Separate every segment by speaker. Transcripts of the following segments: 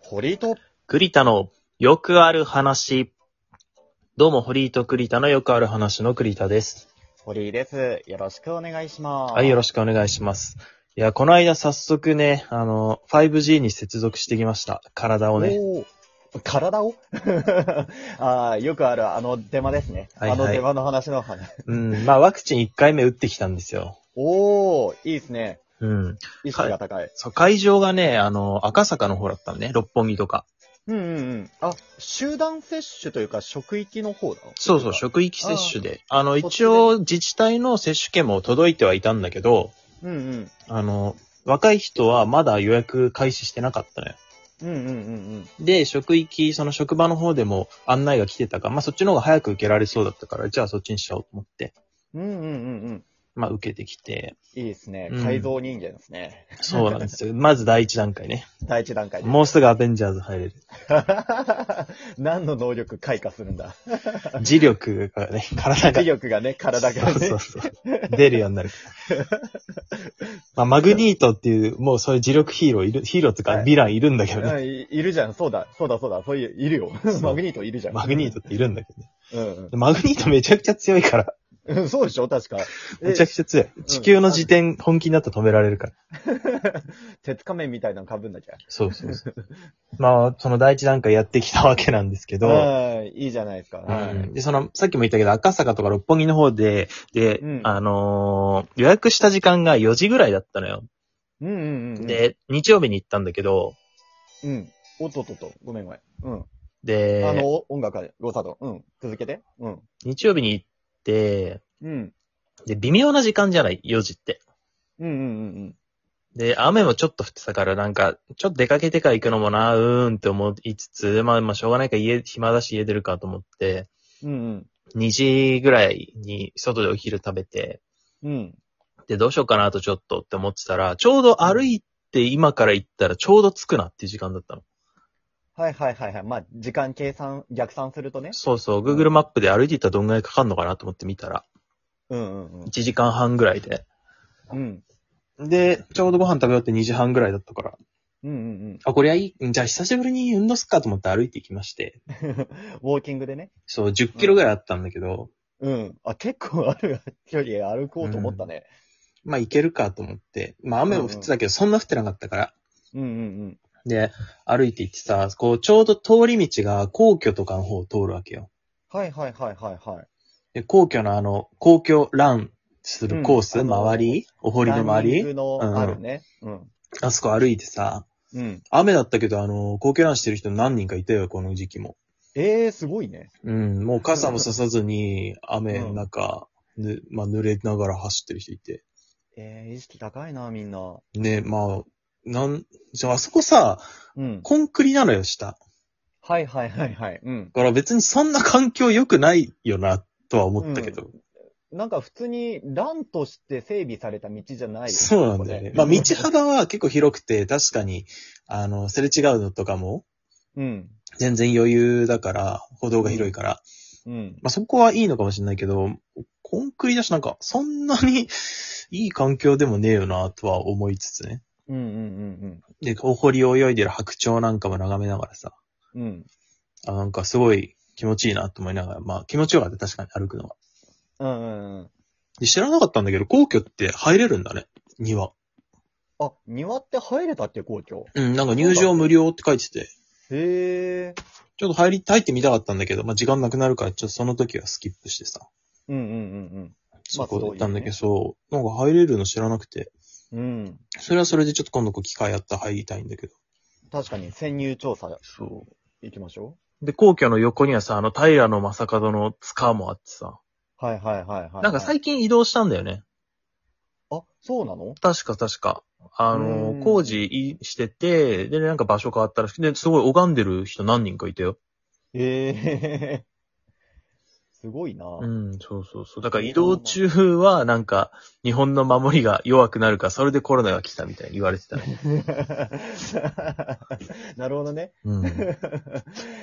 Speaker 1: 堀と、
Speaker 2: 栗田のよくある話。どうも、堀井と栗田のよくある話の栗田です。
Speaker 1: 堀井です。よろしくお願いします。
Speaker 2: はい、よろ
Speaker 1: し
Speaker 2: しくお願いします。いや、この間早速ね、あの、5G に接続してきました。体をね。
Speaker 1: おー体を あーよくあるあのデマですね。
Speaker 2: はいはい
Speaker 1: あのデマの話の話。
Speaker 2: うん、まあ、ワクチン1回目打ってきたんですよ。
Speaker 1: おー、いいですね。
Speaker 2: うん。
Speaker 1: 意識が高い。
Speaker 2: そう、会場がね、あの、赤坂の方だったのね、六本木とか。
Speaker 1: うんうんうん。あ、集団接種というか、職域の方だ。
Speaker 2: そうそう、職域接種で。あの、一応、自治体の接種券も届いてはいたんだけど、
Speaker 1: うんうん。
Speaker 2: あの、若い人はまだ予約開始してなかったのよ。
Speaker 1: うんうんうんうん。
Speaker 2: で、職域、その職場の方でも案内が来てたから、まあそっちの方が早く受けられそうだったから、じゃあそっちにしちゃおうと思って、
Speaker 1: うんうんうんうん。
Speaker 2: まあ受けてきて、
Speaker 1: いいですね
Speaker 2: う。ん
Speaker 1: 改造人間ですね。
Speaker 2: そうなん ですよ。まず第一段階ね。
Speaker 1: 第一段階で。
Speaker 2: もうすぐアベンジャーズ入れる。
Speaker 1: 何の能力開花するんだ。
Speaker 2: 磁力がね、体が。
Speaker 1: 磁力がね、体がね。
Speaker 2: そうそうそう。出るようになる。まあ、マグニートっていう、もうそういう磁力ヒーローいる、ヒーローとか
Speaker 1: はい
Speaker 2: ヴィランいるんだけどね。
Speaker 1: うんいいるじゃん、そうだ、そうだ、そうだ、そういう、いるよ
Speaker 2: そう。
Speaker 1: マグニートいるじゃん。
Speaker 2: マグニートっているんだけどね。
Speaker 1: うん
Speaker 2: マグニートめちゃくちゃ強いから。
Speaker 1: うん。うん、そうでしょ 確か。
Speaker 2: めちゃくちゃ強い。地球の自転本気になったら止められるから。
Speaker 1: 鉄仮面みたいなの被んなきゃ。
Speaker 2: そうそうそう。まあ、その第一段階やってきたわけなんですけど、
Speaker 1: うん、いいじゃないですか。は
Speaker 2: うん
Speaker 1: い。
Speaker 2: で、その、さっきも言ったけど、赤坂とか六本木の方で、で、
Speaker 1: うん
Speaker 2: あのー予約した時間が4時ぐらいだったのよ。
Speaker 1: うんうんうん。、
Speaker 2: で、日曜日に行ったんだけど、
Speaker 1: うん。おっとっとっと、ごめんごめん。うん。あ
Speaker 2: で、
Speaker 1: の、音楽はご佐藤。うん。続けて。うん。
Speaker 2: 日曜日に行って、
Speaker 1: うん。
Speaker 2: で、微妙な時間じゃない、4時って。
Speaker 1: うんうん
Speaker 2: で、雨もちょっと降ってたから、なんか、ちょっと出かけてから行くのもな、うーんって思いつつ、まあまあしょうがないから家、暇だし家出るかと思って、
Speaker 1: うんうん。うん
Speaker 2: 2時ぐらいに外でお昼食べて、
Speaker 1: うん。うん。
Speaker 2: で、どうしようかなとちょっとって思ってたら、ちょうど歩いて今から行ったらちょうど着くなっていう時間だったの。
Speaker 1: はいはいはいはい。まあ、時間計算、逆算するとね。
Speaker 2: そうそう、Google マップで歩いていったらどんぐらいかかるのかなと思って見たら、
Speaker 1: うんうんうん。
Speaker 2: 1時間半ぐらいで。
Speaker 1: うん。
Speaker 2: で、ちょうどご飯食べ終わって2時半ぐらいだったから、
Speaker 1: うんうん
Speaker 2: あ、こりゃいい。じゃあ久しぶりに運動すっかと思って歩いていきまして、
Speaker 1: うん。ウォーキングでね。
Speaker 2: そう、10キロぐらいあったんだけど、
Speaker 1: うん。あ、結構ある距離歩こうと思ったね。
Speaker 2: まあ行けるかと思って、まあ雨も降ってたけど、そんな降ってなかったから、
Speaker 1: うんうん
Speaker 2: で、歩いて行ってさ、こう、ちょうど通り道が皇居とかの方を通るわけよ。
Speaker 1: うん。はいはいはいはいはい。
Speaker 2: で皇居のあの、皇居ランするコース、
Speaker 1: うんあの
Speaker 2: 周り、お堀の周
Speaker 1: ランニン
Speaker 2: り
Speaker 1: グの
Speaker 2: うんうん
Speaker 1: あるね。うん。
Speaker 2: あそこ歩いてさ、
Speaker 1: うん。
Speaker 2: 雨だったけど、あの、皇居ランしてる人何人かいたよ、この時期も。
Speaker 1: ええー、すごいね。
Speaker 2: うん、もう傘もささずに、雨の中、ぬ、まあ、濡れながら走ってる人いて。
Speaker 1: ええー、意識高いな、みんな。
Speaker 2: ね、まあ、なん、じゃああそこさ、
Speaker 1: うん。
Speaker 2: コンクリなのよ、下。だ
Speaker 1: はいはいはいはい。うん。
Speaker 2: から別にそんな環境良くないよな、とは思ったけど。
Speaker 1: なんか普通に、ランとして整備された道じゃない。
Speaker 2: そうなんだよね。ま
Speaker 1: こ
Speaker 2: あ、
Speaker 1: こ
Speaker 2: 道幅は結構広くて、確かに、あの、すれ違うのとかも、
Speaker 1: うん。
Speaker 2: 全然余裕だから、歩道が広いから、
Speaker 1: うん。
Speaker 2: まあそこはいいのかもしれないけど、コンクリだしなんか、そんなに いい環境でもねえよな、とは思いつつね。
Speaker 1: うんうんうん
Speaker 2: で、お堀を泳いでる白鳥なんかも眺めながらさ、
Speaker 1: うん。うん。
Speaker 2: あなんかすごい気持ちいいなと思いながら、まあ気持ちよかった、確かに歩くのは。
Speaker 1: うんうんうん。
Speaker 2: で知らなかったんだけど、皇居って入れるんだね、庭。
Speaker 1: あ、庭って入れたって、皇居。
Speaker 2: うん、なんか入場無料って書いてて、
Speaker 1: へえ。
Speaker 2: ちょっと入り、入ってみたかったんだけど、まあ時間なくなるから、ちょっとその時はスキップしてさ、
Speaker 1: うんうん
Speaker 2: そこ行ったんだけど、そう、なんか入れるの知らなくて、
Speaker 1: うんうん。うん。
Speaker 2: それはそれでちょっと今度こう機会あったら入りたいんだけど。
Speaker 1: 確かに、潜入調査、
Speaker 2: そ
Speaker 1: 行きましょ
Speaker 2: う。で、皇居の横にはさ、あの、平野正門の塚もあってさ、
Speaker 1: う。はいはいはいはいはい。
Speaker 2: なんか最近移動したんだよね。
Speaker 1: あ、そうなの
Speaker 2: 確か確か。あ
Speaker 1: う
Speaker 2: のー、
Speaker 1: ん
Speaker 2: 工事いしてて、で、なんか場所変わったらしくて、で、すごい拝んでる人何人かいたよ。
Speaker 1: ええ すごいな、
Speaker 2: うん、そうそうそう。だから移動中は、なんか、日本の守りが弱くなるから、それでコロナが来たみたいに言われてたね。
Speaker 1: なるほどね。
Speaker 2: うん。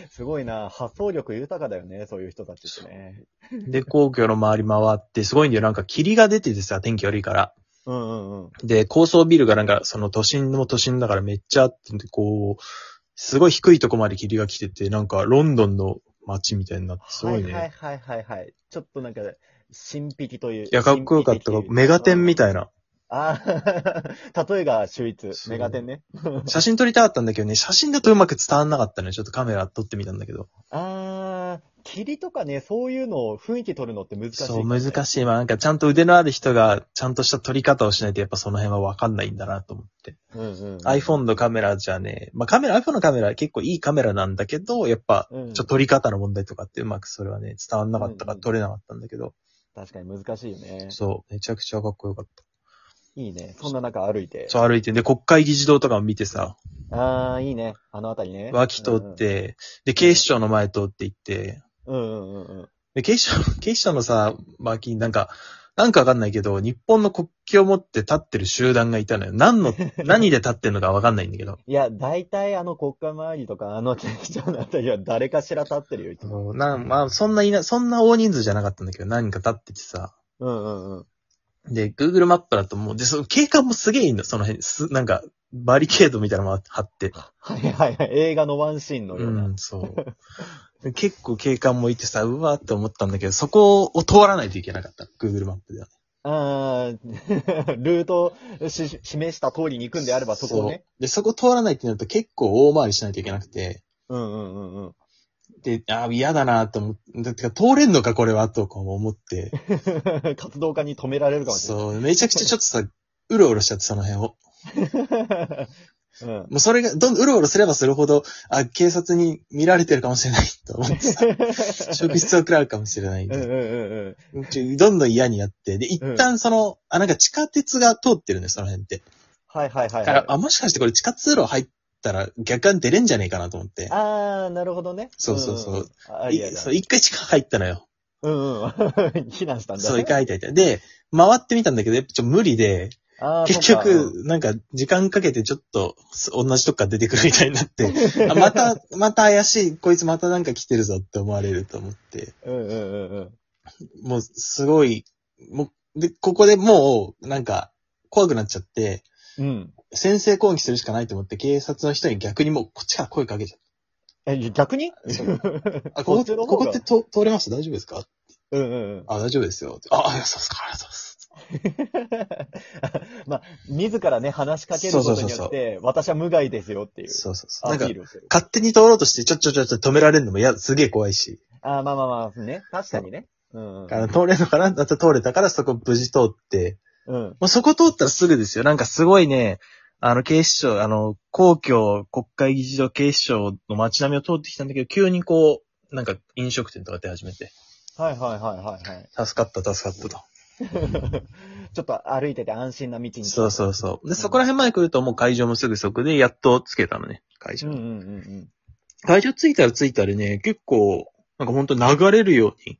Speaker 1: すごいな発想力豊かだよね、そういう人たちってね。
Speaker 2: で、皇居の周り回って、すごいんだよ。なんか霧が出ててさ、天気悪いから。
Speaker 1: うんうんうん。
Speaker 2: で、高層ビルがなんか、その都心も都心だからめっちゃあって、こう、すごい低いとこまで霧が来てて、なんかロンドンの街みたいになって、すごいね。
Speaker 1: はいはい
Speaker 2: い
Speaker 1: はいはいはい。ちょっとなんか、神秘的という。
Speaker 2: や、かっこよかった。メガテンみ
Speaker 1: い。
Speaker 2: たいな。
Speaker 1: ああ、 例えが秀逸。
Speaker 2: そう
Speaker 1: メガテンね。
Speaker 2: 写真撮りたかったんだけどね、写真だとうまく伝わんなかったね。ちょっとカメラ撮ってみたんだけど。
Speaker 1: ああ、霧とかね、そういうのを雰囲気取るのって難しい、
Speaker 2: そう、難しい。まあなんかちゃんと腕のある人が、ちゃんとした撮り方をしないと、やっぱその辺はわかんないんだなと思って。
Speaker 1: い。うんうん、
Speaker 2: iPhone のカメラじゃね、まあカメラ、iPhone のカメラ結構いいカメラなんだけど、やっぱ、
Speaker 1: うん
Speaker 2: ちょっと撮り方の問題とかってうまくそれはね、伝わんなかったか
Speaker 1: うんう
Speaker 2: ら
Speaker 1: ん
Speaker 2: 撮れなかったんだけど、
Speaker 1: 確かに難しいよね。
Speaker 2: そう、めちゃくちゃかっこよかった。
Speaker 1: いいね。そんな中歩いて。
Speaker 2: そう歩いて、で、国会議事堂とかも見てさ、
Speaker 1: ああ、いいね。あのあたりね。
Speaker 2: 脇通って、で、警視庁の前通って行って、
Speaker 1: うんうん。うんうんうんうん。
Speaker 2: で、警視庁、 警視庁のさ、脇になんか、なんかわかんないけど、日本の国旗を持って立ってる集団がいたのよ。何の、何で立ってるのかわかんないんだけど。
Speaker 1: いや、大体あの国家周りとか、あの警視庁のあたりは誰かしら立ってるよ、いつも。
Speaker 2: そうなん、まあ、そんないな、そんな大人数じゃなかったんだけど、何人か立っててさ。
Speaker 1: うんうんうん。
Speaker 2: で、Google マップだともう、で、その景観もすげえいいの、その辺、す、なんか、バリケードみたいなのも張って。
Speaker 1: はいはいはい。映画のワンシーンのよ
Speaker 2: う
Speaker 1: うな。
Speaker 2: ん、そう。 で結構景観もいいってさ、うわーって思ったんだけど、そこを通らないといけなかった。Google マップでは。
Speaker 1: あー ルートをし示した通りに行くんであればそこをね。
Speaker 2: そう。で、そこ通らないってなると結構大回りしないといけなくて、
Speaker 1: うんうんうんうん。
Speaker 2: で、あー嫌だなと思って、だってか通れんのかこれはとか思って、
Speaker 1: 活動家に止められるかもしれ
Speaker 2: そう、めちゃくちゃちょっとさ、うろうろしちゃってその辺を。
Speaker 1: ない。 うん。
Speaker 2: もうそれが、どんどんうろうろすればするほど、あ、警察に見られてるかもしれないと思って さ、職質を食らうかもしれないん
Speaker 1: うんうん
Speaker 2: で、
Speaker 1: うんうん。
Speaker 2: ちょどんどん嫌になって、で、一旦その、あ、なんか地下鉄が通ってるね、その辺って。
Speaker 1: はいはいはい、
Speaker 2: だ
Speaker 1: は
Speaker 2: か
Speaker 1: い
Speaker 2: ら、。あ、もしかしてこれ地下通路入ったら逆に出れんじゃねえかなと思って。
Speaker 1: あー、なるほどね。
Speaker 2: そうそうそうん
Speaker 1: んん。あいやい
Speaker 2: い
Speaker 1: や
Speaker 2: そう一回地下入ったのよ。
Speaker 1: うんうん。 避難したんだ。
Speaker 2: そう、一回入った入った。で、回ってみたんだけど、やっぱちょっと無理で、
Speaker 1: あー
Speaker 2: 結
Speaker 1: そっか
Speaker 2: 局、なんか、時間かけてちょっと、す同じとこから出てくるみたいになって、あ また、また怪しい、こいつまたなんか来てるぞって思われると思って、
Speaker 1: うんうんうんうん。
Speaker 2: もう、すごい、もう、で、ここでもう、なんか、怖くなっちゃって、
Speaker 1: うん。
Speaker 2: 先制攻撃するしかないと思って、警察の人に逆にもう、こっちから声かけちゃっ
Speaker 1: え、逆に
Speaker 2: たそう。あ、
Speaker 1: こ
Speaker 2: こ
Speaker 1: っちの方
Speaker 2: こ、こ
Speaker 1: が
Speaker 2: こってと通れます大丈夫ですか
Speaker 1: うんうん うん。
Speaker 2: あ、大丈夫ですよ。あ、あそうですか、ありがとうございます。
Speaker 1: まあ、自らね、話しかけることによ
Speaker 2: そうそ
Speaker 1: っ
Speaker 2: うそ
Speaker 1: て、私は無害ですよっていう。
Speaker 2: そうそうそ
Speaker 1: ア
Speaker 2: う。なん
Speaker 1: ピ
Speaker 2: か
Speaker 1: ー、ルをする。
Speaker 2: 勝手に通ろうとして、ちょちょちょちょ止められるのも嫌、すげえ怖いし。
Speaker 1: あーまあまあまあ、ね。確かにね。うんうん。
Speaker 2: あの通れるのかなだって通れたからそこ無事通って。
Speaker 1: うん。
Speaker 2: もうそこ通ったらすぐですよ。なんかすごいね、あの警視庁、あの、皇居、国会議事堂警視庁の街並みを通ってきたんだけど、急にこう、なんか飲食店とか出始めて、
Speaker 1: はいはいはいはいはい。
Speaker 2: 助かった助かったと。
Speaker 1: ちょっと歩いてて安心な道に。
Speaker 2: そうそうそう。で、そこら辺まで来るともう会場もすぐそこで、やっと着けたのね、会場。
Speaker 1: うんうんうんうん。
Speaker 2: 会場着いたら着いたらね、結構、なんかほんと流れるように、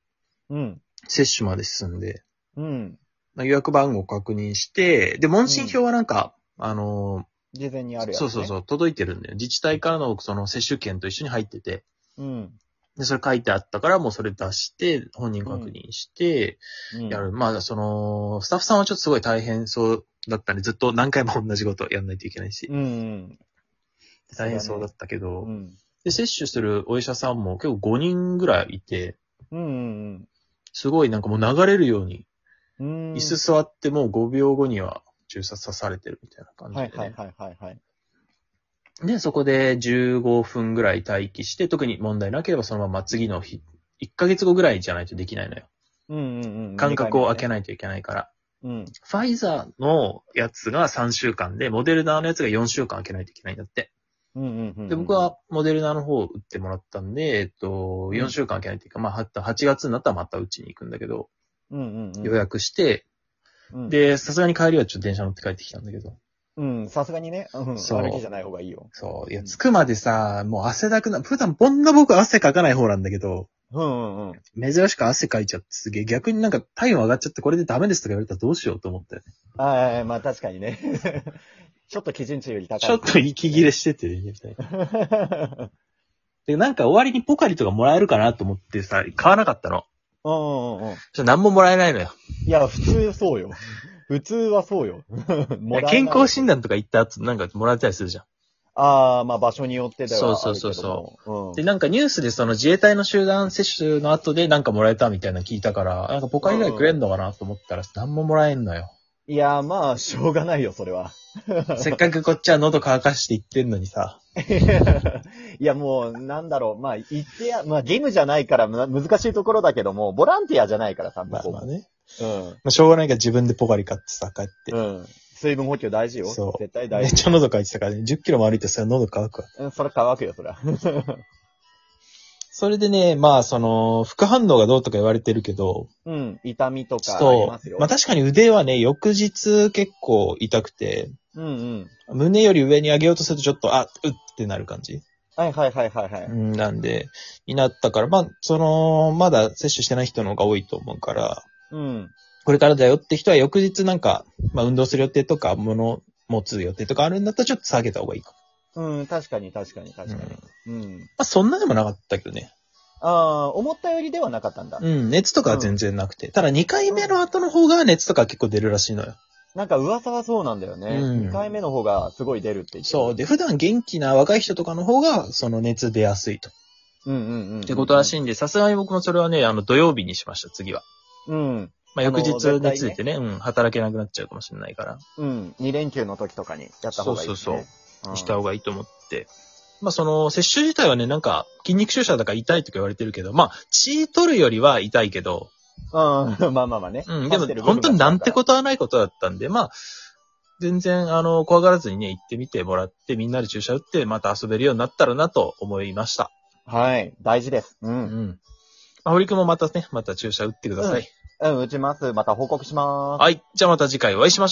Speaker 1: うん。
Speaker 2: 接種まで進んで、
Speaker 1: うん。
Speaker 2: まあ予約番号を確認して、で、問診票はなんか、あの
Speaker 1: 事前に
Speaker 2: ー
Speaker 1: あるやつ、
Speaker 2: そ
Speaker 1: ね。
Speaker 2: うそうそう、届いてるんだよ。自治体からのその接種券と一緒に入ってて、
Speaker 1: う。うん。
Speaker 2: で、それ書いてあったから、もうそれ出して、本人確認して、
Speaker 1: うん、
Speaker 2: やる。まあ、その、スタッフさんはちょっとすごい大変そうだったんで、ずっと何回も同じことやんないといけないし、
Speaker 1: うんうん。
Speaker 2: 大変そうだったけど、
Speaker 1: うん。
Speaker 2: で、接種するお医者さんも結構5人ぐらいいて、
Speaker 1: うんうん
Speaker 2: すごいなんかもう流れるように、
Speaker 1: うん。うん。
Speaker 2: 椅子座ってもう5秒後には注射刺されてるみたいな感じで、
Speaker 1: は
Speaker 2: ね
Speaker 1: いはいはいはいはい。
Speaker 2: で、そこで15分ぐらい待機して、特に問題なければそのまま次の日、1ヶ月後ぐらいじゃないとできないのよ。
Speaker 1: うんうんうん。
Speaker 2: 間隔を空け
Speaker 1: い。
Speaker 2: ないといけないから。
Speaker 1: うん。
Speaker 2: ファイザーのやつが3週間で、モデルナのやつが4週間空けないといけないんだって。
Speaker 1: うんうんうん。
Speaker 2: で、僕、はモデルナの方を打ってもらったんで、えっと、4週間空けないというか、まあ、はた8月になったらまた打ちに行くんだけど、
Speaker 1: うんうんうん。
Speaker 2: 予約して、
Speaker 1: うん、
Speaker 2: で、さすがに帰りはちょっと電車乗って帰ってきたんだけど。
Speaker 1: うん、さすがにね、うん、
Speaker 2: そう
Speaker 1: 歩きじゃない方がいいよ。
Speaker 2: そう。いや、着くまでさ、もう汗だくな、普段こんな僕汗かかない方なんだけど、
Speaker 1: うんうんうん。
Speaker 2: 珍しく汗かいちゃってすげえ、逆になんか体温上がっちゃってこれでダメですとか言われたらどうしようと思ったよね。
Speaker 1: ああ、まあ確かにね。 ちょっと基準値より高い。
Speaker 2: ちょっと息切れしてて、みたいな。で、なんか終わりにポカリとかもらえるかなと思ってさ、買わなかったの。
Speaker 1: うんうんうん。
Speaker 2: ちょ、何ももらえないのよ。
Speaker 1: いや、普通そうよ。普通はそうよ。もらわない
Speaker 2: 健康診断とか行った後、なんかもらえたりするじゃん。
Speaker 1: ああ、まあ場所によってだよ
Speaker 2: そうそうそうそ
Speaker 1: うん。
Speaker 2: で、なんかニュースでその自衛隊の集団接種の後でなんかもらえたみたいなの聞いたから、なんかポカリ以外くれんのかなと思ったら、なんももらえんの よ。
Speaker 1: いやー、まあ、しょうがないよ、それは。
Speaker 2: せっかくこっちは喉乾かして行ってんのにさ。
Speaker 1: いや、もう、なんだろう。まあ、言ってや、まあ、義務じゃないから、む難しいところだけども、ボランティアじゃないからさ、向こうも
Speaker 2: ね。
Speaker 1: うん。
Speaker 2: まあ、しょうがないから自分でポカリ買ってさ、帰って。
Speaker 1: うん。水分補給大事よ。
Speaker 2: そう
Speaker 1: 絶対
Speaker 2: め
Speaker 1: 大
Speaker 2: っ
Speaker 1: 事。
Speaker 2: ちゃ喉乾いてたからね、10キロも歩いてそれは喉乾くわ。
Speaker 1: うん、それ乾くよ、それは。
Speaker 2: それでね、まあその、副反応がどうとか言われてるけど、
Speaker 1: うん。痛みとかあり
Speaker 2: そ
Speaker 1: ますよ。
Speaker 2: う。まあ確かに腕はね、翌日結構痛くて、
Speaker 1: うんうん。
Speaker 2: 胸より上に上げようとするとちょっと、あ、うってなる感じ。
Speaker 1: はいはいはいはいはい。
Speaker 2: うんなんで、になったから、まあ、その、まだ接種してない人の方が多いと思うから、
Speaker 1: うん。
Speaker 2: これからだよって人は翌日なんか、まあ運動する予定とか、物持つ予定とかあるんだったらちょっと下げた方がいいか
Speaker 1: うん、確かに確かに確
Speaker 2: も。うん。
Speaker 1: か
Speaker 2: ま
Speaker 1: に。うん。
Speaker 2: あそんなでもなかったけどね。
Speaker 1: ああ、思ったよりではなかったんだ。
Speaker 2: うん、熱とかは全然なくて。ただ2回目の後の方が熱とか結構出るらしいのよ。
Speaker 1: なんか噂はそうなんだよね。
Speaker 2: うん
Speaker 1: 2回目の方がすごい出るって言って。
Speaker 2: そう。。で、普段元気な若い人とかの方が、その熱出やすいと。
Speaker 1: うんうんうん。っ
Speaker 2: ってことらし
Speaker 1: い。
Speaker 2: いんで、さすがに僕もそれはね、あの、土曜日にしました、次は。
Speaker 1: うん。
Speaker 2: まあ
Speaker 1: あの
Speaker 2: 翌日
Speaker 1: 絶対ね
Speaker 2: 熱出てね、うん、働けなくなっちゃうかもしれないから。
Speaker 1: うん。2連休の時とかにやった方がいい、ね。
Speaker 2: そうそう
Speaker 1: そ
Speaker 2: した方がいいと思って。まあその、接種自体はね、なんか、筋肉注射だから痛いとか言われてるけど、まあ、血取るよりは痛いけど、
Speaker 1: うん まあまあまあね。
Speaker 2: うん、で
Speaker 1: 刺してる
Speaker 2: も
Speaker 1: 部分
Speaker 2: 本当になんて
Speaker 1: が
Speaker 2: ことはないことだったんで、まあ、全然、あの、怖がらずにね、行ってみてもらって、みんなで注射打って、また遊べるようになったらなと思いました。
Speaker 1: あるから。はい。大事です。う。
Speaker 2: うんん。まあ、堀くんもまたね、また注射打ってください。
Speaker 1: うん、打ちます。また報告します。
Speaker 2: はい。じゃあまた次回お会いしましょう。